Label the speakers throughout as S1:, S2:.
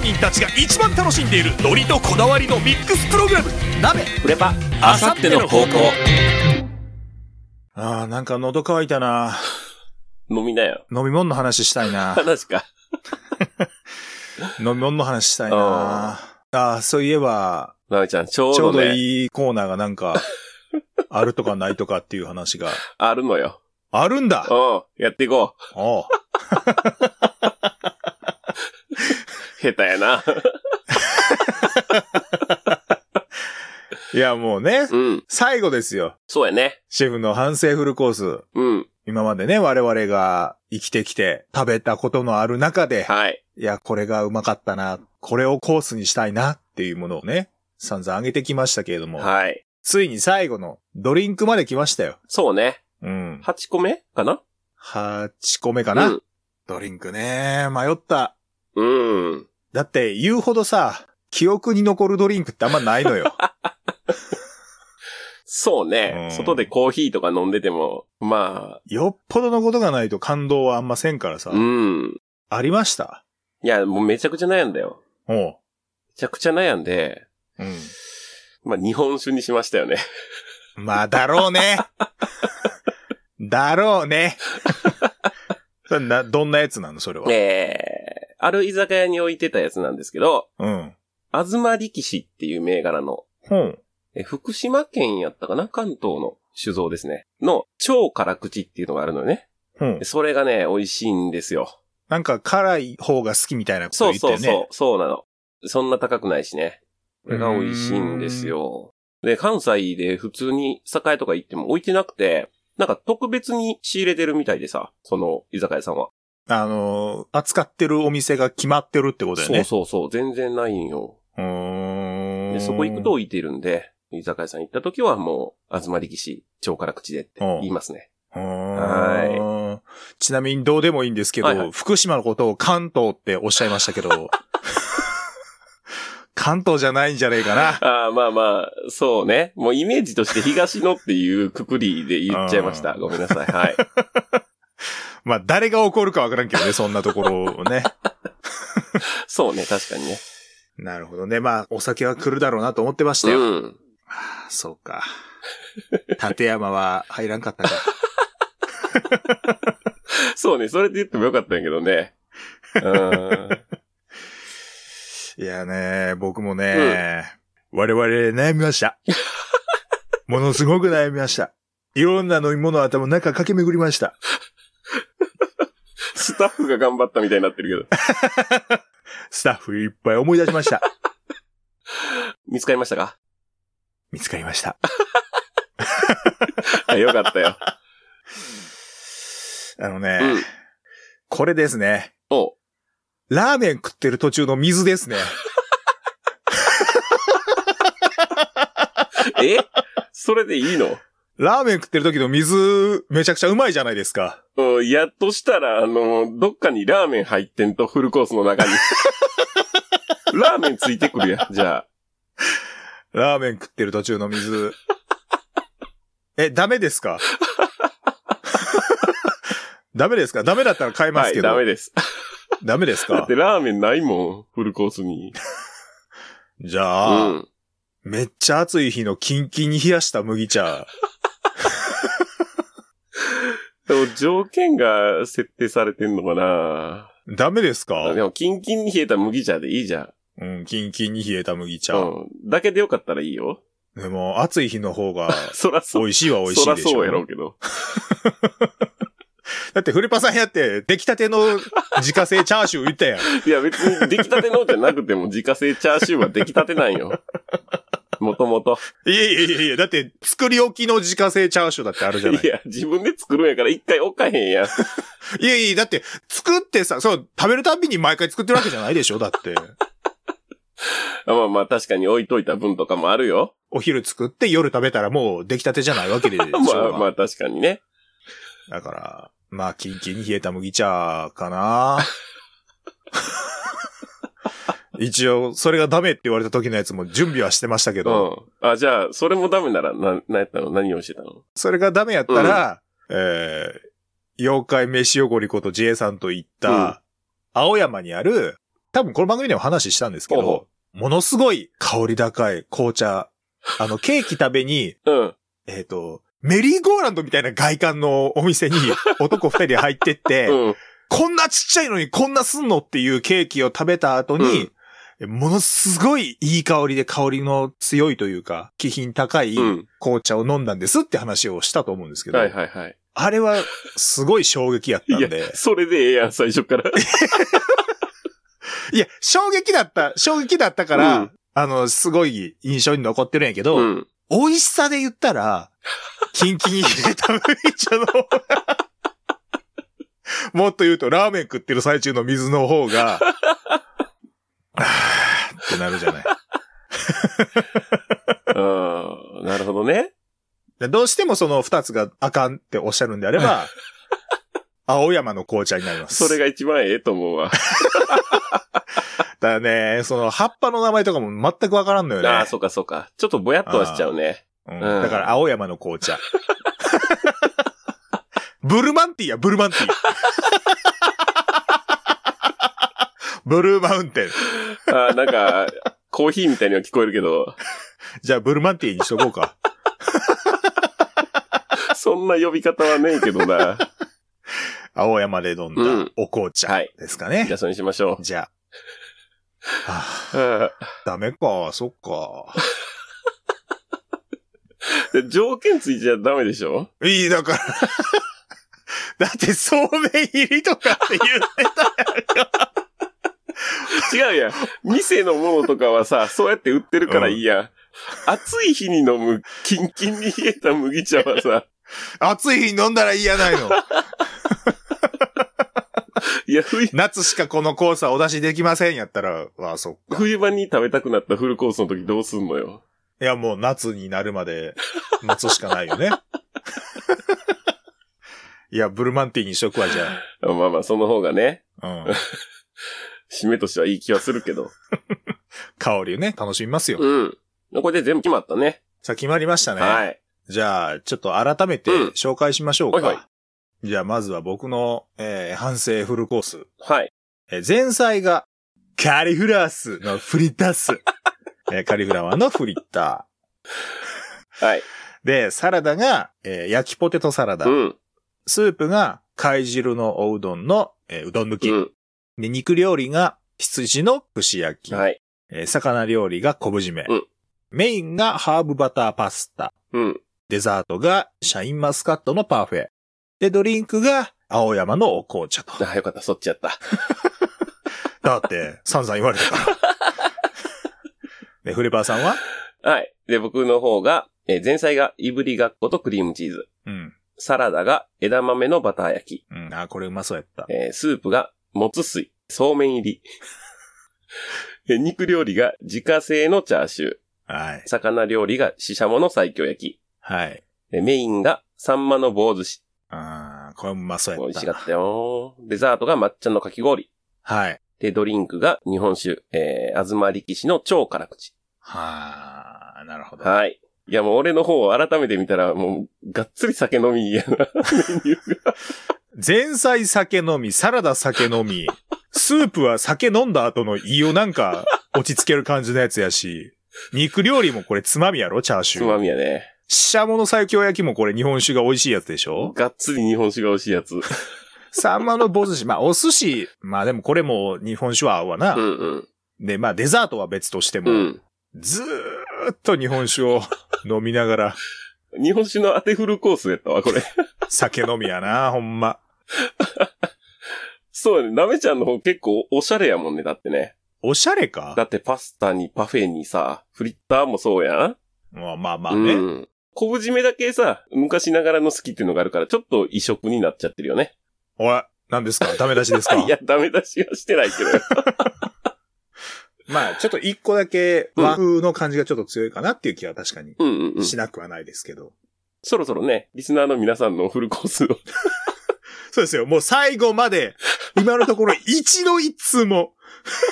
S1: 人たちが一番楽しんでいるノリとこだわりのミックスプログラム鍋
S2: フレパ
S3: あさっての方向
S4: ああ、なんか喉乾いたな。
S2: 飲みなよ。
S4: 飲み物の話した いな。
S2: 話か。
S4: 飲み物の話したいな。ああ、そういえば、
S2: なめちゃん、ちょう
S4: ちょう
S2: ど
S4: ど
S2: ね、
S4: いいコーナーがな んか、あるとかないとかっていう話が
S2: あるのよ。
S4: あるんだ
S2: うん。やっていこう。
S4: おう
S2: 下手や な。
S4: いや、もうね、
S2: うん。
S4: 最後ですよ。
S2: そうやね。
S4: シェフの反省フルコース。
S2: うん。
S4: 今までね、我々が生きてきて食べたことのある中で、
S2: はい。
S4: いや、これがうまかったな、これをコースにしたいなっていうものをね、散々あげてきましたけれども、
S2: はい。
S4: ついに最後のドリンクまで来ましたよ。
S2: そうね。
S4: うん。
S2: 8個目かな
S4: 8個目かな、
S2: うん
S4: ドリンクね、迷った。
S2: うん。
S4: だって言うほどさ、記憶に残るドリンクってあんまないのよ。
S2: そうね
S4: う。ん
S2: 外でコーヒーとか飲んでても、ま
S4: よっぽどのことがないと感動はあんませんからさ。
S2: あ、うん。
S4: ありました
S2: いや、もうめちゃくちゃ悩んだよ。
S4: おう。
S2: めちゃくちゃ悩んで、
S4: うん。
S2: まあ、日本酒にしましたよ ね。
S4: まあ、だろ うね。だろうね。それな、どんなやつなのそれは。
S2: えー、ある居酒屋に置いてたやつなんですけど、
S4: うん。
S2: 東力士っていう銘柄の、
S4: ほん。
S2: え福島県やったかな関東の酒造ですね。の、超辛口っていうのがあるのよね。
S4: ほん。
S2: それがね、美味しいんですよ。
S4: なんか、辛い方が好きみたいなこと
S2: そ
S4: 言
S2: う
S4: って
S2: そ
S4: ね。
S2: うそう、そうなの。そんな高くないしね。これが美味しいんですよ。で、関西で普通に居酒屋とか行っても置いてなくて、なんか特別に仕入れてるみたいでさ、その居酒屋さんは。
S4: あのー、扱ってるお店が決まってるってことだよ
S2: そう
S4: ね。
S2: そうそう、全然ないんよ。
S4: うーん
S2: で、そこ行くと、置いてるんで、居酒屋さん行った時はもう、あずまりきし、超辛口でって言いますね。
S4: うーんちなみにどうでもいいんですけど、
S2: はいはい
S4: 福島のことを関東っておっしゃいました けど、関東じゃないんじゃねえかな。
S2: ああ、まあまあ、そうね。もうイメージとして東野っていうくくりで言っちゃいました。
S4: う
S2: ごめんなさい。はい。
S4: まあ、誰が怒るかわからんけどね、そんなところをね。
S2: そうね、確かにね。
S4: なるほどね。まあ、お酒は来るだろうなと思ってましたよ。
S2: うん。
S4: ああそうか。立山は入らんかったか。
S2: そうね、それで言ってもよかったんやけどね。うん。
S4: いやね、僕もね、我々悩みました。ものすごく悩みました。いろんな飲み物を頭の中駆け巡りました。
S2: スタッフが頑張ったみたいになってるけど。
S4: スタッフいっぱい思い出しました。
S2: 見つかりましたか
S4: 見つかりました。
S2: あよかったよ。
S4: あのね、
S2: うん。
S4: これですね。
S2: おう
S4: ラーメン食ってる途中の水です ね。
S2: えそれでいいの
S4: ラーメン食ってる時の水、めちゃくちゃうまいじゃないですか。
S2: うん、やっとしたら、あの、どっかにラーメン入ってんと、フルコースの中に。ラーメンついてくるやん、じゃあ。
S4: ラーメン食ってる途中の 水。え、ダメですかダメですかダメだったら買いま
S2: は
S4: す
S2: い、
S4: けど。
S2: ダメです。
S4: ダメです
S2: だ
S4: か
S2: ってラーメンないもん、フルコースに。
S4: じ
S2: う
S4: ゃあ、
S2: ん。
S4: めっちゃ暑い日のキンキンに冷やした麦茶。
S2: でも条件が設定されてんのかな
S4: ダメですか
S2: でも、キンキンに冷えた麦茶でいいじゃん。
S4: うん、キンキンに冷えた麦茶。
S2: うん。だけでよかったらいいよ。
S4: でも、暑い日の方が、
S2: そらそう。
S4: 美味しいは美味しい
S2: そら
S4: でしょ。
S2: そうやろうけど。
S4: だって、フレパさんやって、出来たての自家製チャーシュー言ったやん。
S2: いや、別に出来たてのじゃなくても、自家製チャーシューは出来たてなん よ。もともと。
S4: いやいやいやいや、だって、作り置きの自家製チャーシューだってあるじゃない。
S2: いや、自分で作るんやから一回置かへんやん。
S4: いやいや、だって、作ってさ、そう、食べるたんびに毎回作ってるわけじゃないでしょだって。
S2: あまあまあ確かに置いといた分とかもあるよ。
S4: お昼作って夜食べたらもう出来たてじゃないわけでしょ、
S2: まあまあ確かにね。
S4: だから、まあ、キンキンに冷えた麦茶 かな。一応、それがダメって言われた時のやつも準備はしてましたけ
S2: う
S4: ど、
S2: ん。あ、じゃあ、それもダメなら、な、なやったの何をしてたの
S4: それがダメやったら、えー、妖怪飯よごりこと J さんと行った、
S2: うん
S4: 青山にある、多分この番組でも話したんですけ
S2: ほうほ
S4: ど、ものすごい香り高い紅茶。あの、ケーキ食べに、
S2: うん。
S4: えっ、と、メリーゴーランドみたいな外観のお 店に男二人で入ってって、
S2: うん。
S4: こんなちっちゃいのにこんなすんのっていうケーキを食べた後に、ものすごいいい香りで香りの強いというか、気品高い
S2: うん。
S4: 紅茶を飲んだんですって話をしたと思うんですけど、
S2: はいはいはい。
S4: あれはすごい衝撃やっ
S2: い
S4: たん
S2: や
S4: で、、
S2: それでええやん、最初から。
S4: いや、衝撃だった、衝撃だったから、
S2: うん
S4: あの、すごい印象に残ってるんやけど、
S2: うん。
S4: 美味しさで言ったら、キンキンに冷えた麦茶の方が、もっと言うとラーメン食ってる最中の水の方 が、あーってなるじゃない
S2: あーなるほどね。
S4: で。どうしてもその二つがあかんっておっしゃるんであれば、青山の紅茶になります。
S2: それが一番ええと思うわ。
S4: だね、その葉っぱの名前とかも全くわからんのよ ね。
S2: ああ、そうかそうか。ちょっとぼやっとはしちゃうね。
S4: うん
S2: うん
S4: だから、青山の紅茶。 ブルマンティーや、ブルマンティー。 ブルーマウンテン。
S2: ああ、なんか、コーヒーみたいには聞こえるけど、
S4: じゃあ、ブルマンティーにしとこうか。
S2: そんな呼び方はねえけどな。
S4: 青山で飲ん
S2: う
S4: だ
S2: ん
S4: お紅茶
S2: はい
S4: ですかね。
S2: じゃあ、それにしましょ
S4: じゃあ。は
S2: う。あ
S4: あ、ダメか、そっか。
S2: ーで条件ついちゃダメでしょ
S4: いい、だから。 だって、そうめん入りとかって言って
S2: 違うやん。店のものとかはさ、そうやって売ってるからいいやん。暑い日に飲む、キンキンに冷えた麦茶はさ、
S4: 暑い日に飲んだらいいやないの。
S2: いや、冬、
S4: 夏しかこのコースはお出しできませんやったら、あ、そっか。
S2: 冬場に食べたくなったフルコースの時どうすんのよ。
S4: いや、もう夏になるまで待つしかない よね。いや、ブルマンティーにしとくわ、じゃ
S2: あまあまあ、その方がね、
S4: あ。うん。
S2: 締めとしてはいい気はするけど。
S4: 香りをね、楽しみますよ。
S2: うん。これで全部決まったね。
S4: さあ、決まりましたね。
S2: はい。
S4: じゃあ、ちょっと改めて
S2: うん
S4: 紹介しましょうか。
S2: はいは
S4: じゃあ、まずは僕の、えー反省フルコース。
S2: はい。
S4: えー前菜が、カリフラースのフリッタ ース。えーカリフラワーのフリッタ
S2: はい。
S4: ー。で、サラダが、えー焼きポテトサラダ。
S2: うん。
S4: スープが、貝汁のおうどんの、えーうどん抜き。
S2: うん。
S4: で、肉料理が羊の串焼き。
S2: はい。
S4: えー魚料理が昆布締め。
S2: うん
S4: メインがハーブバターパスタ。
S2: うん。
S4: デザートがシャインマスカットのパフェ。で、ドリンクが青山のお紅茶と。
S2: あ、よかった。そっちやった。
S4: だって、散々言われたから。で、フレパーさんは
S2: はい。で、僕の方が、えー前菜がいぶりがっことクリームチーズ。
S4: うん。
S2: サラダが枝豆のバター焼き。
S4: うん、あ、これうまそうやった。
S2: えースープがもつ水。そうめん入り。 えー肉料理が自家製のチャーシュー。
S4: はい。
S2: 魚料理がししゃもの最強焼
S4: はい。
S2: き。でメインがサンマの棒寿司。
S4: あーこれうまそう
S2: 美
S4: やっ
S2: 味
S4: た。
S2: しかったよー。デザートが抹茶のかき氷。
S4: はい。
S2: で、ドリンクが日本酒、えー、あずま力士の超辛口。
S4: はあ、なるほど。
S2: はい。いや、もう俺の方を改めて見たら、もう、がっつり酒飲みや な、メニューが。
S4: 前菜酒飲み、サラダ酒飲み、スープは酒飲んだ後の胃をなんか落ち着ける感じのやつやし、肉料理もこれつまみやろチャーシ
S2: つ
S4: ュ
S2: ま
S4: ー。
S2: みやね。
S4: しゃもの最強焼きもこれ日本酒が美味しいやつでしょ
S2: がっつり日本酒が美味しい やつ。
S4: サンマの棒寿司。まあお寿司、まあでもこれも日本酒は合うわな。
S2: うんうん。
S4: で、まあデザートは別としても、
S2: うん。
S4: ずーっと日本酒を飲みながら
S2: 日本酒の当てフルコースやったわ、これ。
S4: 酒飲みやな、ほんま。
S2: そうやね。なめちゃんの方結構おしゃれやもんね、だってね。
S4: おしゃれ
S2: だ
S4: か
S2: ってパスタにパフェにさ、フリッターもそうやん。
S4: まあまあまあね。
S2: うん。昆布締めだけさ、昔ながらの好きっていうのがあるから、ちょっと異色になっちゃってるよね。
S4: おい、何ですかダメ出しです か
S2: いや、ダメ出しはしてないけ ど。
S4: まあ、ちょっと一個だけ和風の感じがちょっと強いかなっていう気は確かに
S2: うんうんうん。
S4: しなくはないですけど。
S2: そろそろね、リスナーの皆さんのフルコースを。
S4: そうですよ。もう最後まで、今のところ一度一通も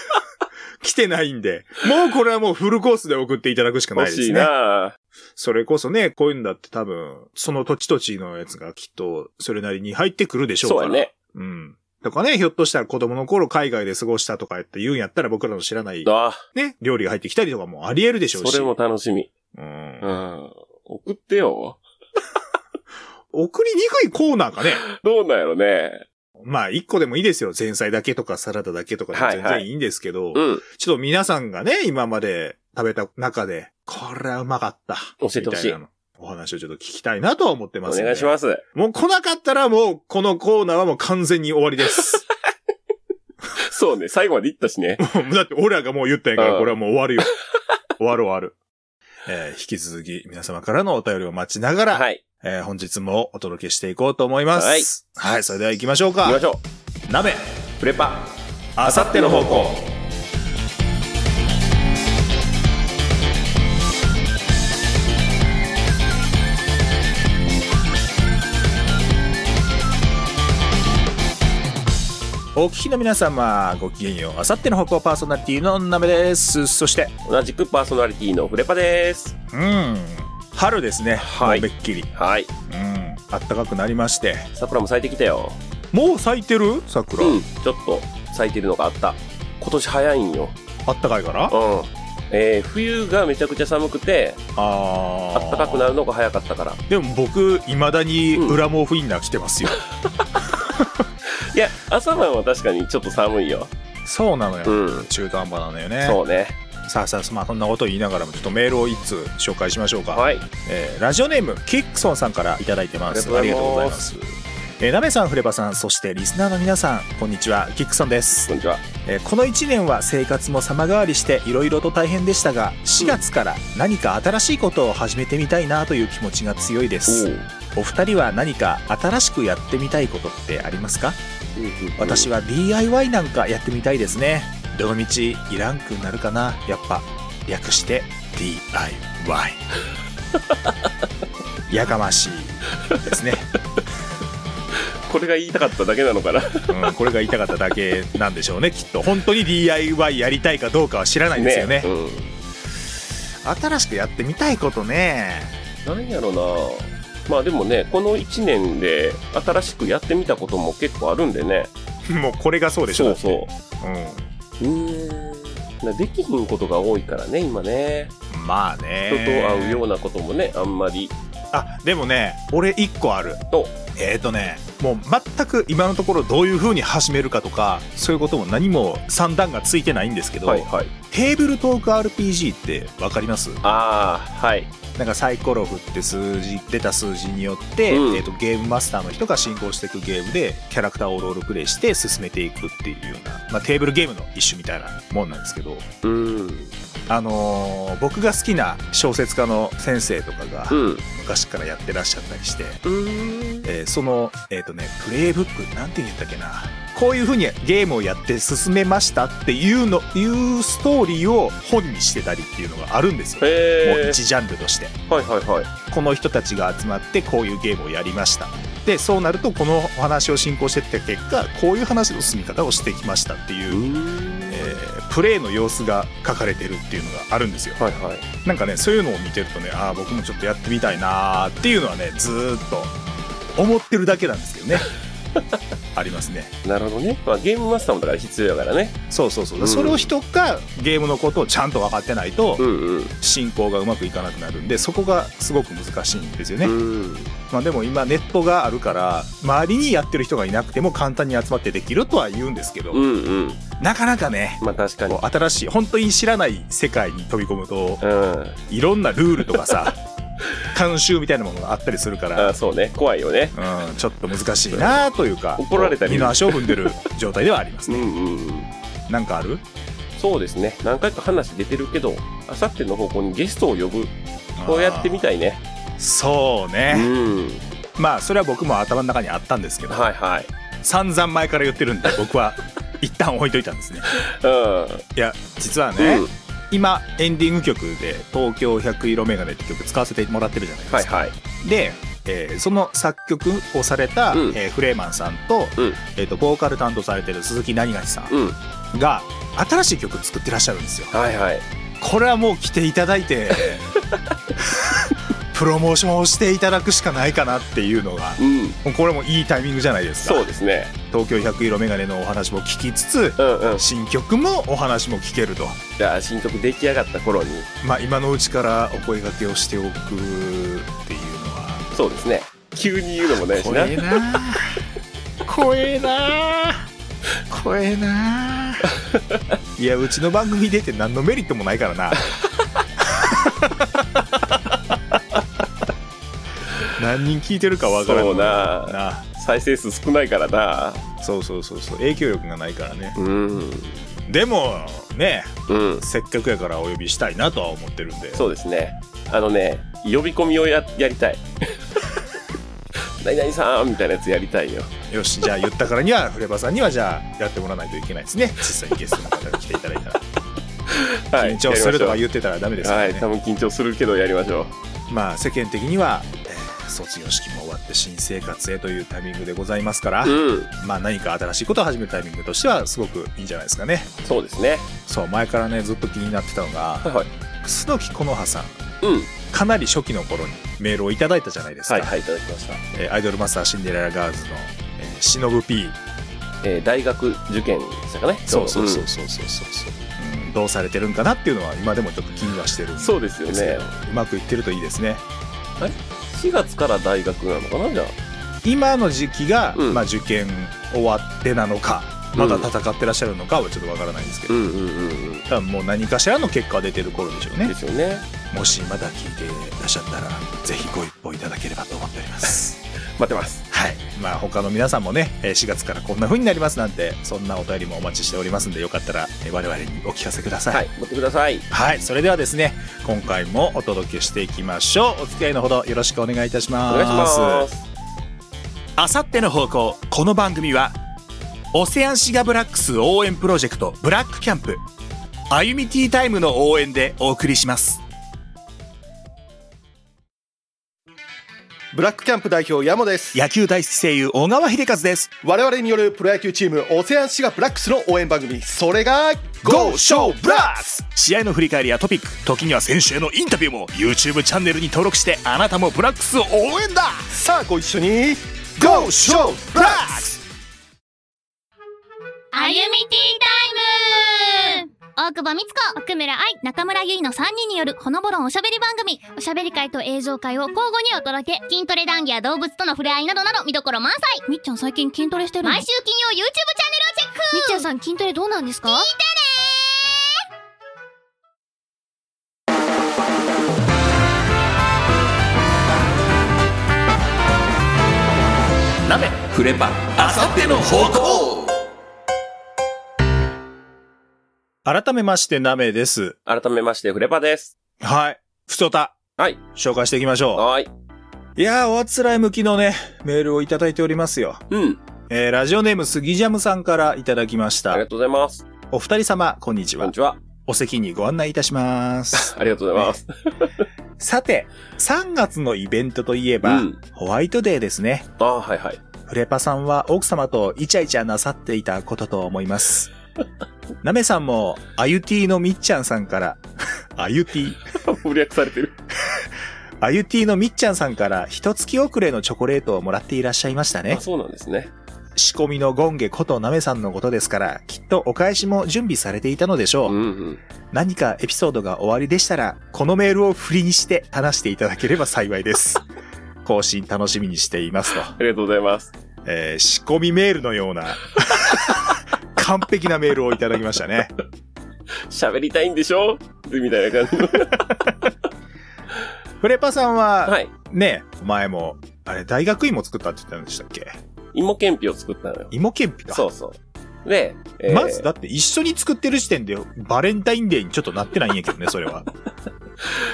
S4: 来てないんで、もうこれはもうフルコースで送っていただくしかない
S2: 欲
S4: ですね。
S2: しいな
S4: それこそね、こういうんだって多分、その土地土地のやつがきっと、それなりに入ってくるでしょう
S2: そう
S4: から。
S2: やね。
S4: うん。とかね、ひょっとしたら子供の頃海外で過ごしたとか言って言うんやったら僕らの知らない
S2: ああ、
S4: ね、料理が入ってきたりとかもあり得るでしょうし。
S2: それも楽しみ。
S4: うん
S2: う。ん。送ってよ。
S4: 送りにくいコーナーかね。
S2: どうなんやろね。
S4: まあ、一個でもいいですよ。前菜だけとかサラダだけとかでも
S2: はい
S4: 全
S2: はい
S4: 然いいんですけど、
S2: うん。
S4: ちょっと皆さんがね、今まで食べた中で、これはうまかった。
S2: 教えてほしい
S4: みたなのお話をちょっと聞きたいなとは思って
S2: お
S4: ます、
S2: 願いします。
S4: す。もう来なかったらもう、このコーナーはもう完全に終わり です。
S2: そうね、最後まで行ったし ね。
S4: もうだって俺らがもう言ったんやか
S2: う
S4: ら、
S2: ん
S4: これはもう終わるよ。 終わる終わる。えー引き続き皆様からのお便りを待ちながら、
S2: はい。
S4: えー本日もお届けしていこうと思います。
S2: はい
S4: はい、それでは行きましょうか。
S2: 行きましょ
S4: 鍋、
S2: う。プレパ。
S4: あさっての方向。お聞きの皆様、ごきげんよう。あさっての方向パーソナリティの鍋です。そして、
S2: 同じくパーソナリティのフレパです。
S4: うん、春ですね。
S2: はい
S4: もうめっきり。うん、
S2: はい。
S4: あったかくなりまして。
S2: 桜も咲いてきたよ。
S4: もう咲いてる桜。
S2: うん。ちょっと咲いてるのがあった。今年早いんよ。
S4: あったかいから
S2: うん。えー、冬がめちゃくちゃ寒くて、
S4: あ
S2: 暖かくなるのが早かったから。
S4: でも僕、未だに
S2: うん
S4: 裏毛フインナー着てますよ。
S2: いや、朝晩は確かにちょっと寒いよ。
S4: そうなのよ。
S2: うん。
S4: 中途半端なのよね。
S2: そうね。
S4: さあさあ、まあそんなことを言いながらも、ちょっとメールを一通紹介しましょうか。
S2: はい。
S4: えーラジオネーム、キックソンさんからいただいてます。あ
S2: あ
S4: り
S2: り
S4: が
S2: が
S4: と
S2: と
S4: う
S2: う
S4: ご
S2: ご
S4: ざ
S2: ざ
S4: い
S2: い
S4: ま。
S2: ます
S4: えー、なべさん、フレバさん、そしてリスナーの皆さん、こんにちは、キックソンです。
S2: こんにちは。
S4: えーこの1年は生活も様変わりしていろいろと大変でしたが、4月から何か新しいことを始めてみたいなという気持ちが強いです。お二人は何か新しくやってみたいことってありますか私
S2: は。
S4: は DIY なんかやってみたいですねどの道いらんくなるかなやっぱ略して DIY やかましいですね、
S2: これが言いたかっただけなのかな。
S4: うん、これが言いたかっただけなんでしょうねきっと本当に DIY やりたいかどうかは知らないですよね
S2: うん。
S4: 新しくやってみたいことね
S2: 何やろなまあでもねこの1年で新しくやってみたことも結構あるんでね
S4: もうこれがそうでしょ、
S2: そうそう
S4: うん、
S2: ううーんできひんことが多いからね今ね
S4: まあ
S2: 人と
S4: ね
S2: 会うようなこともねあんまり
S4: あでもね俺1個ある
S2: お
S4: えっ、ー、とねもう全く今のところどういう風に始めるかとかそういうことも何も算段がついてないんですけど、
S2: はいはい
S4: テーブルトーク RPG って分かります
S2: ああはい
S4: なんかサイコロ振って数字出た数字によって、
S2: うん
S4: えー、とゲームマスターの人が進行していくゲームでキャラクターをロールプレイして進めていくっていうような、まあ、テーブルゲームの一種みたいなもんなんですけど、
S2: うん
S4: あのー僕が好きな小説家の先生とかが
S2: うん
S4: 昔からやってらっしゃったりして、
S2: うん
S4: えーその、えっ、とね、プレイブック、なんて言ったっけな。こういう風にゲームをやって進めましたっていうの、いうストーリーを本にしてたりっていうのがあるんですよ。もう
S2: へえ
S4: 一ジャンルとして。
S2: はいはいはい
S4: この人たちが集まってこういうゲームをやりました。で、そうなるとこのお話を進行してって結果、こういう話の進み方をしてきましたっていう、えープレイの様子が書かれてるっていうのがあるんですよ。
S2: はいはい
S4: なんかね、そういうのを見てるとね、ああ、僕もちょっとやってみたいなーっていうのはね、ずーっと思ってるだけなんです けどね。ありますね。
S2: なるほどね、まあ、ゲームマスターもだから必要やからね
S4: そうそうそう。
S2: うん
S4: それを人がゲームのことをちゃんと分かってないと
S2: う、んうん
S4: 進行がうまくいかなくなるんで、そこがすごく難しいんですよね。
S2: うん
S4: まあでも今ネットがあるから、周りにやってる人がいなくても簡単に集まってできるとは言うんですけど、
S2: うんうん
S4: なかなかね、
S2: まあ確かに
S4: こう新しい、本当に知らない世界に飛び込むと、
S2: うん
S4: いろんなルールとかさ、慣習みたいなものがあったりするから、
S2: あそうね怖いよね
S4: うん、ちょっと難しいなというか
S2: 怒られたり
S4: 二の足を踏んでる状態ではあります
S2: う
S4: ね
S2: んうんうん
S4: なんかある
S2: そうですね。何回か話出てるけど、あさっての方向にゲストを呼ぶ。こうやってみたいね。
S4: あーそう
S2: う
S4: ね、
S2: ん。
S4: まあそれは僕も頭の中にあったんですけど、
S2: はいはい。
S4: 散々前から言ってるんで僕は一旦置いといたんですねいや実は
S2: うん。
S4: ね、
S2: うん。
S4: 今エンディング曲で「東京百色メガネ」って曲使わせてもらってるじゃないで
S2: はい
S4: すか、
S2: はい。
S4: で、えーその作曲をされた、
S2: うん
S4: えーフレーマンさんと,、
S2: うん
S4: えーとボーカル担当されてる鈴木何がしさ
S2: うん。
S4: んが新しい曲作ってらっしゃるんですよ
S2: はいはい。
S4: これはもう来ていただいてププロモーションをしていただくしかないかなっていうのが
S2: うん。
S4: もうこれもいいタイミングじゃないですか
S2: そうですね。
S4: 東京100色メガネのお話も聞きつつ
S2: うんうん。
S4: 新曲もお話も聞けると
S2: じゃあ、新曲出来上がった頃に、
S4: まあ今のうちからお声掛けをしておくっていうのは
S2: そうですね。急に言うのもないしな。
S4: 怖えな怖えな怖えないやうちの番組出て何のメリットもないか らな何人聞いてるかわからん
S2: そうな
S4: なあ
S2: 再生数少ないからな。
S4: そうそうそうそう影響力がないからね
S2: うん。
S4: でもね
S2: うん。
S4: せっかくやからお呼びしたいなとは思ってるんで
S2: そうですね。あのね、呼び込みをややりたい。 何々さんみたいなやつやりたいよ。
S4: よしじゃあ言ったからにはフレバさんにはじゃあやってもらわないといけないです ね実際にゲストの方が来ていただいたら
S2: はい。
S4: 緊張するとか
S2: やり
S4: 言ってたらダメで
S2: ますしょう
S4: か
S2: は
S4: ら
S2: い。
S4: ね、
S2: 多分緊張するけどやりましょ
S4: まあ世間的には、えー卒業式も終わって新生活へというタイミングでございますから、
S2: う。うん。
S4: まあ何か新しいことを始めるタイミングとしてはすごくいいんじゃないですかね
S2: そうですね。
S4: そう前からねずっと気になってたの
S2: は
S4: が
S2: いはい。
S4: 楠木木の葉さん
S2: うん。
S4: かなり初期の頃にメールをいただいたじゃないですか、
S2: はいはい、いただきました。
S4: えーアイドルマスターシンデレラガールズの、えー、しのぶ P
S2: えー大学受験でしたかね。
S4: そうそうそうそうそうそうそう、うんどうされてるんかなっていうのは今でもちょっと気にはしてるん
S2: うん
S4: です
S2: そうですよ
S4: け
S2: ね
S4: ど。うまくいってるといいですね
S2: 4月から大学なのかなじゃあ。
S4: 今の時期が、
S2: うん
S4: まあ、受験終わってなのかまだ戦ってらっしゃるのかはちょっとわからないんですけど、
S2: うんうんうんうん。
S4: 多分もう何かしらの結果が出てる頃でしょう
S2: で
S4: ね
S2: すよね。
S4: もしまだ聞いていらっしゃったらぜひご一報いただければと思っております
S2: 待ってます。
S4: はいまあ他の皆さんもねえー4月からこんな風になりますなんてそんなお便りもお待ちしておりますんでよかったらえー我々にお聞かせください
S2: はい、持ってください。
S4: はい、それではですね、今回もお届けしていきましょう。お付き合いのほどよろしくお願いいたし
S2: お
S4: ます。
S2: 願いします。
S4: あさっての方向、この番組は、オセアンシガブラックス応援プロジェクトブラックキャンプ、あゆみティータイムの応援でお送りします。
S3: ブラックキャンプ代表ヤモです
S4: 野球大好き声優、小川秀和です。
S3: 我々によるプロ野球チームオセアンシガブラックスの応援番組それが
S4: GO SHOW ブラックス試合の振り返りやトピック、時には選手へのインタビューも YouTube チャンネルに登録して、あなたもブラックスを応援だ
S3: さあご一緒に GO SHOW ブラックス
S5: あゆみティータイム大久保美津子、奥村愛、中村ゆいの3人によるほのぼろんおしゃべり番組。おしゃべり会と映像会を交互にお届け。筋トレ談義や動物との触れ合いなどなど見どころ満載。みっちゃん最近筋トレしてる毎週金曜 YouTube チャンネルをチェックみっちゃんさん筋トレどうなんですか聞いてね
S1: 鍋フレパあさっての方向
S4: 改めまして、ナメです。
S2: 改めまして、フレパです。
S4: はい。ふつおた。
S2: はい。
S4: 紹介していきましょう。
S2: はーい。
S4: いやー、おあつらい向きのね、メールをいただいておりますよ。
S2: うん。
S4: えー、ラジオネームすぎジャムさんからいただきまし
S2: ありが
S4: た。
S2: とうございます。
S4: お二人様、こんにち
S2: こん
S4: は
S2: に。ちは。
S4: お席にご案内いたします。
S2: ありがとうございます。
S4: さて、3月のイベントといえ
S2: う
S4: ば、
S2: ん。
S4: ホワイトデーですね。
S2: ああ、はい はい。
S4: フレパさんは奥様とイチャイチャなさっていたことと思います。ナメさんも、あゆティーのみっちゃんさんから、あゆティー
S2: 翻訳されてる。
S4: あゆティーのみっちゃんさんから一月遅れのチョコレートをもらっていらっしゃいましたね
S2: あ、。そうなんですね。
S4: 仕込みのゴンゲことナメさんのことですから、きっとお返しも準備されていたのでしょ
S2: う
S4: う。
S2: んうん。
S4: 何かエピソードが終わりでしたら、このメールを振りにして話していただければ幸いです。更新楽しみにしていますと。
S2: ありがとうございます。
S4: えー仕込みメールのような、 完璧なメールをいただきましたね。
S2: 喋りたいんでしょみたいな感じの。
S4: フレパさん は、
S2: はい。
S4: ね、前も、あれ、大学芋作ったって言ったんでしたっけ
S2: 芋けんぴを作ったのよ。
S4: 芋けんぴか。
S2: そうそう。で、えー
S4: まずだって一緒に作ってる時点でバレンタインデーにちょっとなってないんやけどね、それは。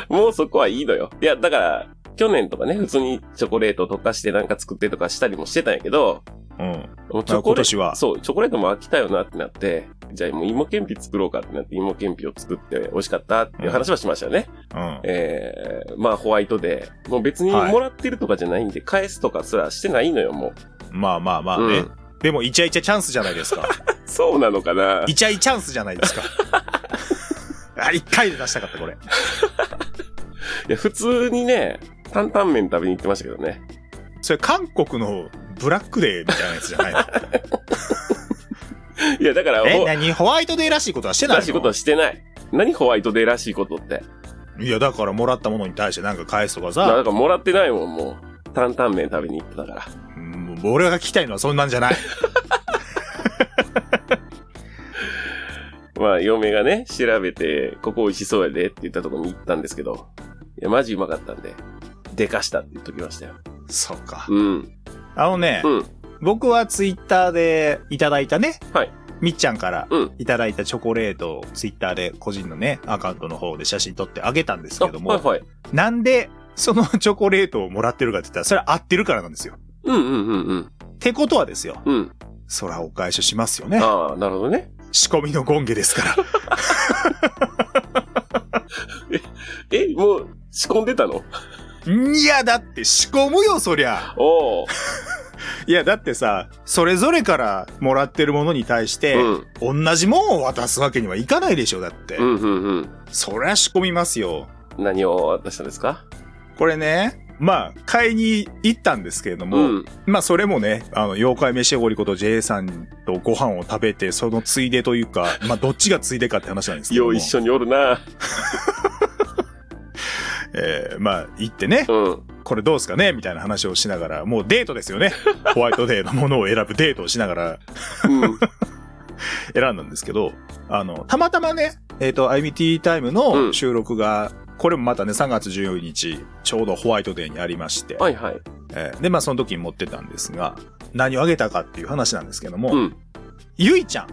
S2: もうそこはいいのよ。いや、だから、去年とかね、普通にチョコレート溶かしてなんか作ってとかしたりもしてたんやけど、
S4: うん。
S2: もうチョコレー
S4: まあ今年
S2: ト、
S4: は
S2: そう、チョコレートも飽きたよなってなって、じゃあもう芋けんぴ作ろうかってなって、芋けんぴを作って美味しかったっていう話はしましたよね。
S4: うん。
S2: えー、まあホワイトで、もう別に
S4: はい
S2: もらってるとかじゃないんで、返すとかすらしてないのよ、もう。
S4: まあまあまあね。
S2: うん
S4: でも、イチャイチャチャンスじゃないですか。
S2: そうなのかな
S4: イチャイチャンスじゃないですか。 あ、一回で出したかった、これ。
S2: いや、普通にね、担々麺食べに行ってましたけどね。
S4: それ韓国のブラックデーみたいなやつじゃな いの
S2: いや、だから、
S4: え
S2: ほ
S4: 何ホワイトデーらしいことはしてないの
S2: らしいことはしてない。何ホワイトデーらしいことって。
S4: いや、だからもらったものに対してなんか返すとか
S2: だ
S4: さ、
S2: からもらってないもん、もう。担々麺食べに行ってたから。
S4: うん俺が聞きたいのはそんなんじ ゃない。
S2: まあ、嫁がね、調べて、ここ美味しそうやでって言ったとこに行ったんですけど、いや、マジうまかったんで、でかしたって言っときましたよ。
S4: そうか。
S2: うん。
S4: あのね、
S2: うん。
S4: 僕はツイッターでいただいたね、
S2: はい
S4: みっちゃんから
S2: うん
S4: いただいたチョコレートをツイッターで個人のね、アカウントの方で写真撮ってあげたんです
S2: あ、
S4: けども、
S2: はいはい。
S4: なんでそのチョコレートをもらってるかって言ったら、それは合ってるからなんですよ。
S2: うんうんうんうん。
S4: ってことはですよ、
S2: うん。
S4: そらお返ししますよね。
S2: ああ、なるほどね。
S4: 仕込みのゴンゲですから。
S2: え、もう、仕込んでたの
S4: いや、だって仕込むよ、そりゃ。
S2: おお。
S4: いや、だってさ、それぞれからもらってるものに対して、
S2: うん。
S4: 同じもんを渡すわけにはいかないでしょ、だって。
S2: うんうんうん。
S4: そりゃ仕込みますよ。
S2: 何を渡したんですか
S4: これね、まあ、買いに行ったんですけれども、
S2: うん。
S4: まあ、それもね、あの、妖怪飯おごりこと J さんとご飯を食べて、そのついでという か、まあ、どっちがついでかって話なんですけど
S2: よ
S4: も。
S2: う一緒におるな。
S4: えーまあ、行ってね、
S2: うん。
S4: これどうですかねみたいな話をしながら、もうデートですよね。ホワイトデーのものを選ぶデートをしながら、
S2: うん。
S4: 選んだんですけど、あの、たまたまね、えっ、と、IMT タイム
S2: うん
S4: の収録が、これもまたね、3月14日、ちょうどホワイトデーにありまして、
S2: はいはい。
S4: えーで、まあその時に持ってたんですが、何をあげたかっていう話なんですけども、
S2: うん。
S4: ゆいちゃん。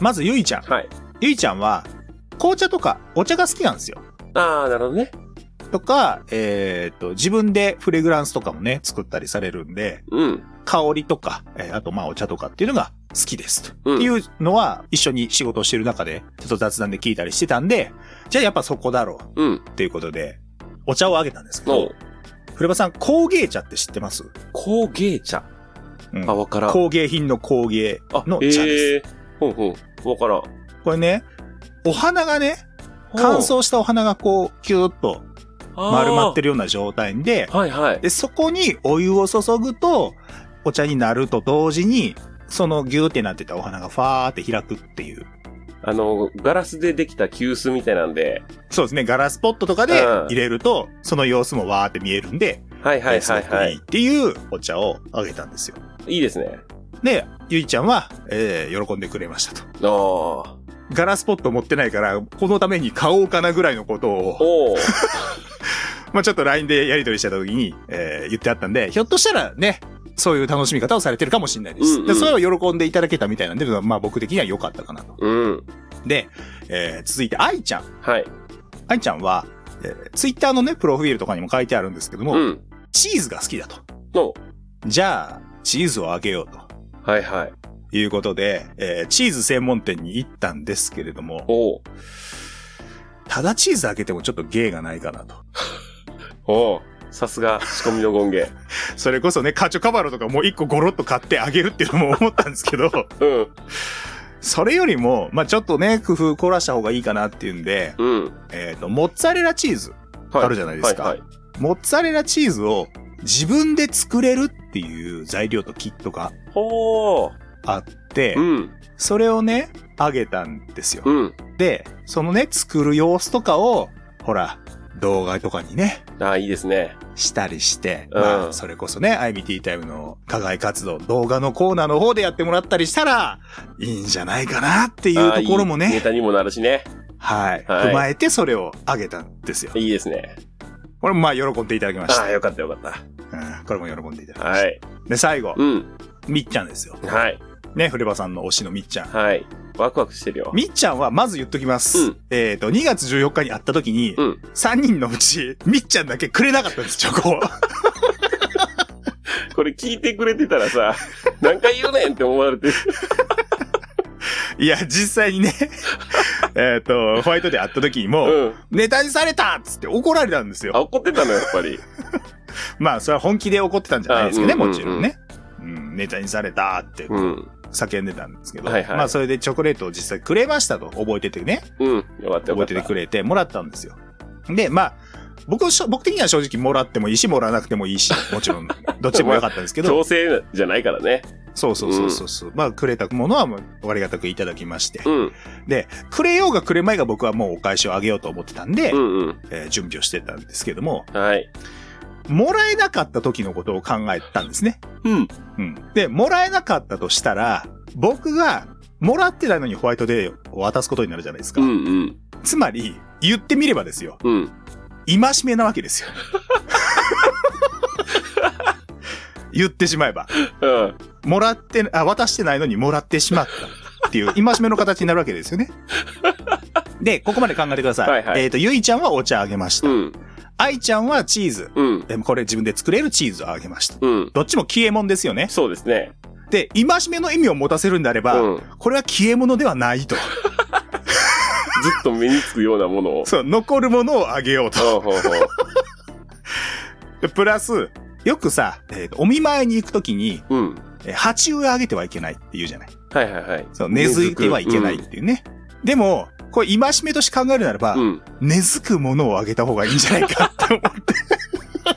S4: まずゆいちゃん。
S2: はい。
S4: ゆいちゃんは、紅茶とかお茶が好きなんですよ。
S2: ああ、なるほどね。
S4: とか、えっ、と、自分でフレグランスとかもね、作ったりされるんで、
S2: うん。
S4: 香りとか、えーあとまあお茶とかっていうのが好きですと。
S2: うん。
S4: っていうのは一緒に仕事をしてる中で、ちょっと雑談で聞いたりしてたんで、じゃあやっぱそこだろう
S2: うん。
S4: っていうことで、お茶をあげたんですけ
S2: お
S4: ど
S2: う、。
S4: 古場さん、工芸茶って知ってます
S2: 工芸茶。
S4: うん
S2: あ、わからん。
S4: 工芸品の工芸
S2: あ
S4: の茶です。
S2: えー、ほうほう。わからん。
S4: これね、お花がね、乾
S2: ほう
S4: 燥したお花がこう、キューッと丸まって
S2: る。
S4: るような状態で、
S2: はいはい。
S4: で、そこにお湯を注ぐと、お茶になると同時に、そのギューってなってたお花がファーって開くっていう。
S2: あの、ガラスでできた急須みたいなんで。
S4: そうですね、ガラスポットとかで
S2: うん
S4: 入れると、その様子もわーって見えるんで、
S2: はいはい
S4: す
S2: は
S4: ご
S2: い
S4: く
S2: はい
S4: いっていうお茶をあげたんですよ。
S2: い。いいですね。
S4: で、ゆいちゃんは、えー喜んでくれましたと。
S2: あーおー
S4: ガラスポット持ってないから、このために買おうかなぐらいのことを、
S2: お
S4: まあちょっと LINE でやり取りした時に、えー言ってあったんで、ひょっとしたらね、そういう楽しみ方をされてるかもしれないです。
S2: うんうん
S4: で、それを喜んでいただけたみたいなんで、まあ僕的には良かったかなと。
S2: うん。
S4: で、えー続いて愛ちゃん。
S2: はい。
S4: 愛ちゃんは、えー、ツイッターのね、プロフィールとかにも書いてあるんですけども、
S2: うん。
S4: チーズが好きだと。
S2: の。
S4: じゃあ、チーズをあげようと
S2: はいはい。
S4: いうことで、えーチーズ専門店に行ったんですけれども、
S2: おう
S4: ただチーズあげてもちょっと芸がないかなと。
S2: おうさすが、仕込みのゴンゲ。
S4: それこそね、カチョカバロとかもう一個ゴロッと買ってあげるっていうのも思ったんですけど、
S2: うん。
S4: それよりも、まあちょっとね、工夫凝らした方がいいかなっていうんで、
S2: うん。
S4: えっ、と、モッツァレラチーズ、
S2: はい。
S4: あるじゃないですか
S2: はいはい。
S4: モッツァレラチーズを自分で作れるっていう材料とキットが
S2: ほー
S4: あって
S2: う、ん。
S4: それをね、あげたんですよ。
S2: うん。
S4: で、そのね、作る様子とかを、ほら、動画とかにね、
S2: ああ、いいですね。
S4: したりして、
S2: うん
S4: まあ、それこそね、IBT タイムの課外活動、動画のコーナーの方でやってもらったりしたら、いいんじゃないかなっていうところも
S2: ああいいネ
S4: ね、
S2: タにもなるしね。
S4: はい、
S2: はい
S4: 踏まえてそれをあげたんですよ。
S2: いいですね。
S4: これもまあ、喜んでいただきまし
S2: あ
S4: た。
S2: あ、よかったよかっ
S4: うん、これも喜んでいただき
S2: た。
S4: ました。
S2: はい。
S4: で、最後、
S2: うん。
S4: みっちゃんですよ。
S2: はい。
S4: ね、フレバさんの推しのみっちゃん。
S2: はい。ワクワクしてるよ。
S4: みっちゃんはまず言っときます。
S2: うん
S4: えっ、と、2月14日に会った時に、
S2: うん
S4: 3人のうち、みっちゃんだけくれなかったんです、チ ョコを。
S2: これ聞いてくれてたらさ、 何回言うねんって思われてる。
S4: いや、実際 にね、えっと、ホワイトで会った時にも、
S2: うん。
S4: ネタにされたっつって怒られたんです
S2: あ、
S4: よ。
S2: 怒ってたの、やっぱり。
S4: まあ、それは本気で怒ってたんじゃないですけどね、
S2: あうん
S4: もちろんね。うん、ネタにされたって
S2: うん。
S4: 叫んでたんですけど、
S2: はいはい
S4: まあ、それでチョコレートを実際くれましたと、覚えててね、
S2: うん。よかったよかっ
S4: 覚
S2: た。
S4: えててくれてもらったんですよ。で、まあ、僕しょ、僕的には正直もらってもいいし、もらわなくてもい いし、もちろん、どっちでもよかったんですけど
S2: 強、制じゃないからね。
S4: そうそうそうそうそう。まあ、くれたものはもうありがたくいただきまして
S2: う、ん。
S4: くれようがくれまいが僕はもうお返しをあげようと思ってたんで
S2: う、んうん。
S4: えー準備をしてたんですけども、
S2: はい。
S4: もらえなかった時のことを考えたんですね。
S2: うん。
S4: うん。で、もらえなかったとしたら、僕が、もらってないのにホワイトデーを渡すことになるじゃないですか。
S2: うんうん。
S4: つまり、言ってみればですよ。
S2: うん。
S4: 戒めなわ けですよ。言ってしまえば。
S2: うん。
S4: もらって、あ、渡してないのにもらってしまったっていう、戒めの形になるわけですよね。で、ここまで考えてください。
S2: はいはい
S4: えっ、と、ゆいちゃんはお茶あげました。
S2: うん。
S4: あいちゃんはチーズ。
S2: うん。
S4: でもこれ自分で作れるチーズをあげました。
S2: うん。
S4: どっちも消え物ですよね。
S2: そうですね。
S4: で、戒めの意味を持たせるんであれば、
S2: うん。ず
S4: これは消え物ではないと。
S2: っと目につくようなもの を。
S4: そう、残るものをあげようと。
S2: ほうほうほ
S4: でプラス、よくさ、えーとお見舞いに行くときに、
S2: う。うん。
S4: えー鉢植えあげてはいけないって言うじゃない。
S2: はいはいはい。
S4: そう、根付いてはいけないっていうね。でも、これ戒めとして考えるならば、
S2: うん。うん。
S4: 根付くものをあげた方がいいんじゃな いかって思う。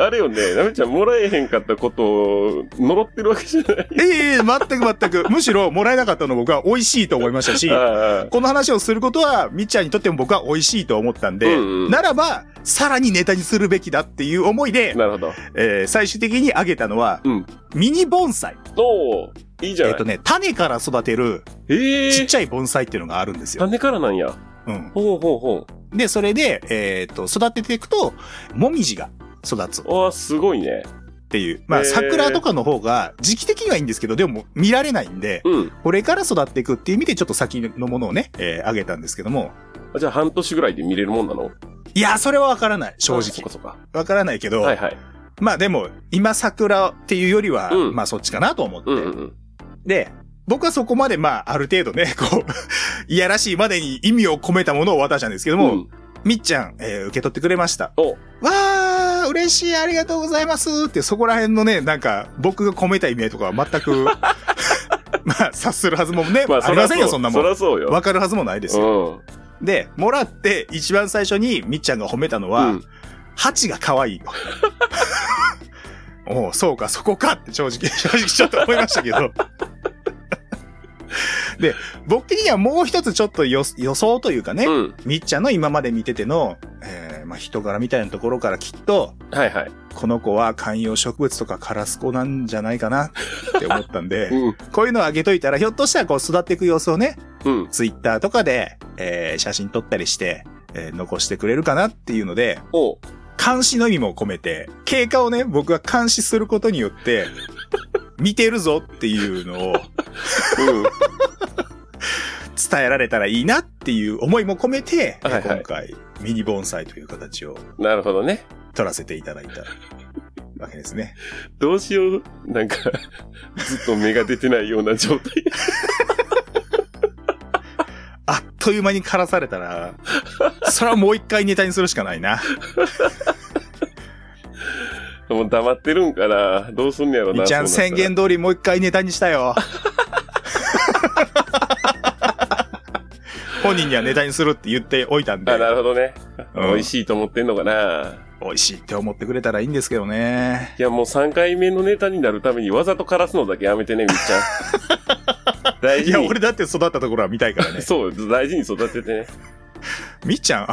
S2: あれよね、なめちゃんもらえへんかったことを呪ってるわけじゃない。
S4: ええ全く全く。むしろ、もらえなかったの僕は美味しいと思いましたし、
S2: ああ
S4: この話をすることは、みっちゃんにとっても僕は美味しいと思ったんで、
S2: うんうん
S4: ならば、さらにネタにするべきだっていう思いで、
S2: なるほど。
S4: えー最終的にあげたのは、
S2: うん
S4: ミニ盆栽。
S2: おおいいじ
S4: え
S2: ゃ
S4: っ、
S2: ない。
S4: とね、種から育てる
S2: ええ
S4: ちっちゃい盆栽っていうのがあるんですよ。
S2: 種からなんや。
S4: うん、
S2: ほうほうほ
S4: で、それで、えっ、と、育てていくと、もみじが育つっ
S2: う。ああ、すごいね。
S4: ていう。ま
S2: へ
S4: あ、
S2: ー
S4: 桜とかの方が時期的にはいいんですけど、でも見られないんで、
S2: うん。
S4: これから育っていくっていう意味でちょっと先のものをね、えーあげたんですけども、
S2: あじゃあ半年ぐらいで見れるもんなの
S4: いや、それはわからない、正
S2: あそっ
S4: 直
S2: か。そっか。
S4: わからないけど、
S2: はいはい。
S4: まあでも、今桜っていうよりは、
S2: うん
S4: まあそっちかなと思って、
S2: うんうん
S4: で、僕はそこまでまあある程度ね、こう、い やらしいまでに意味を込めたものを渡したんですけど
S2: うん。
S4: も、
S2: うん
S4: みっちゃん、えー受け取ってくれました。
S2: お
S4: わー、嬉しい、ありがとうございますって、そこら辺のね、なんか、僕が込めた意味合いとかは 全く、まあ、察するはずもね、
S2: ま
S4: あ、
S2: あ、そ
S4: り
S2: らそ
S4: ませ
S2: うん
S4: よ、そんなも
S2: そ
S4: ん。
S2: らそうよ。
S4: わかるはずもないですよ。
S2: うん。
S4: で、もらって、一番最初にみっちゃんが褒めたのは、
S2: うん
S4: 鉢が可愛いと。 おうそうか、そこかって正直、 正直ちょっと思いましたけど。で、僕的にはもう一つちょっと予予想というかね、
S2: うん。
S4: みっちゃんの今まで見てての、えーまあ、人柄みたいなところからきっと、
S2: はいはい。
S4: この子は観葉植物とかカラスコなんじゃないかなって思ったんで、
S2: うん。
S4: こういうのをあげといたら、ひょっとしたらこう育っていく様子をね、
S2: うん。
S4: ツイッターとかで、えー写真撮ったりして、えー残してくれるかなっていうので、
S2: おう
S4: 監視の意味も込めて、経過をね、僕が監視することによ って、見てるぞっていうの
S2: うん。
S4: を 伝えられたらいいなっていう思いも込めて、
S2: はいはい
S4: 今回、ミニ盆栽という形を
S2: なるほどね。
S4: 取らせていただいたわけですね。
S2: どうしよう。なんか、ずっと芽が出てないような状態。
S4: あっという間に枯らされたら、それはもう一回ネタにするしかない な。
S2: もう黙ってるんから、どうすんねやろ
S4: み
S2: な。
S4: っちゃん
S2: そうなっ
S4: 宣
S2: たら
S4: 言通りもう一回ネタにしたよ。 本人にはネタにするって言っておいたんで
S2: あ、、なるほどね。
S4: うん
S2: 美味しいと思ってんのかな。
S4: 美味しいって思ってくれたらいいんですけどね。
S2: いや、もう3回目のネタになるためにわざと枯らすのだけやめてね、みっちゃん。 大
S4: い
S2: 事
S4: や、
S2: に。。
S4: 俺だって育ったところは見たいからね
S2: そう、大事に育ててね。
S4: みっちゃん、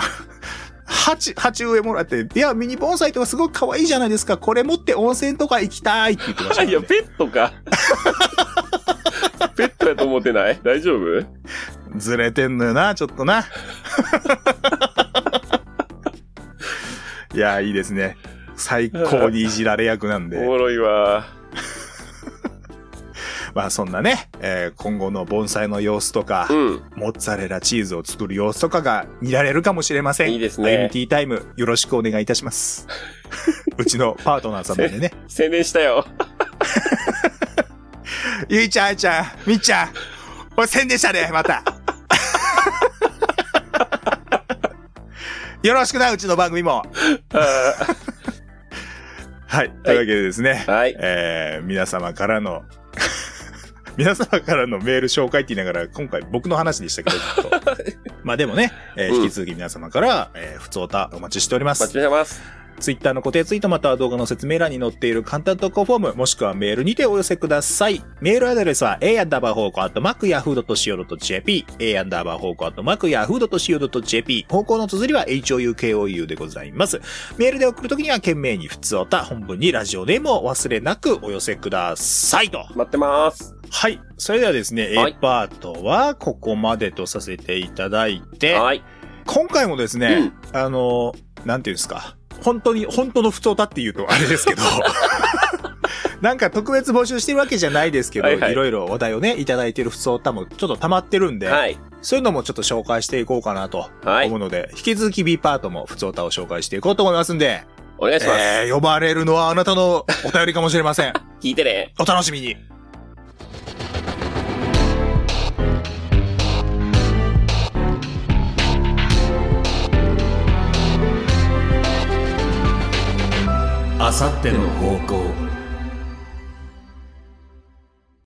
S4: 鉢、鉢植えもらって、いや、ミニ盆栽とかすごく可愛いじゃないですか。これ持って温泉とか行きたいって言ってました、
S2: いや、
S4: ね。
S2: ペットか。 ペットやと思ってない大丈夫
S4: ずれてんのよな、ちょっと な。いや、いいですね。最高にいじられ役なん
S2: お
S4: で。
S2: もろいわ。
S4: まあそんなね、えー今後の盆栽の様子とか
S2: う、ん。
S4: モッツァレラチーズを作る様子とかが見られるかもしれません。
S2: いいですね
S4: IMT タイムよろしくお願いいた します。うちのパートナー様でね。
S2: 宣伝したよ。
S4: ゆいちゃん、あいちゃん、みっちゃん、おい宣伝したね、また。よろしくな、うちの番組も。
S2: あ
S4: はい。というわけでですね、
S2: ーはい。
S4: えー皆様からの 皆様からのメール紹介って言いながら、今回僕の話でしたけど、ずっと。 まあでもね、えー
S2: うん
S4: 引き続き皆様から、えー、普通おたお待ちしておりま
S2: 待ち
S4: す。
S2: してます。
S4: ツイッターの固定ツイートまたは動画の説明欄に載っている簡単投稿フォーム、もしくはメールにてお寄せください。メールアドレスは a アンダーバー方向アットマークヤフードと .co.jp、a アンダーバー方向アットマークヤフードと .co.jp、方向の綴りは houkou でございます。メールで送るときには懸命に普通おた、本文にラジオネームを忘れなくお寄せくださいと。
S2: 待ってます。
S4: はい。それではですね、
S2: はい
S4: A パートはここまでとさせていただいて、
S2: はい。
S4: 今回もですね、あの、なんていうんですか、本当に、本当の不調だって言うとあれです けど、なんか特別募集してるわけじゃないですけど、
S2: はいいはい
S4: ろいろお題をね、いただいてる不調多もちょっと溜まってるんで、
S2: はい。
S4: そういうのもちょっと紹介していこうかなと
S2: はい
S4: 思。うので、引き続き B パートも不調歌を紹介していこうと思いますんで、
S2: お願いします。
S4: えー、呼ばれるのはあなたのお便りかもしれません。
S2: 聞いてね。
S4: お楽しみに
S6: あさっての方向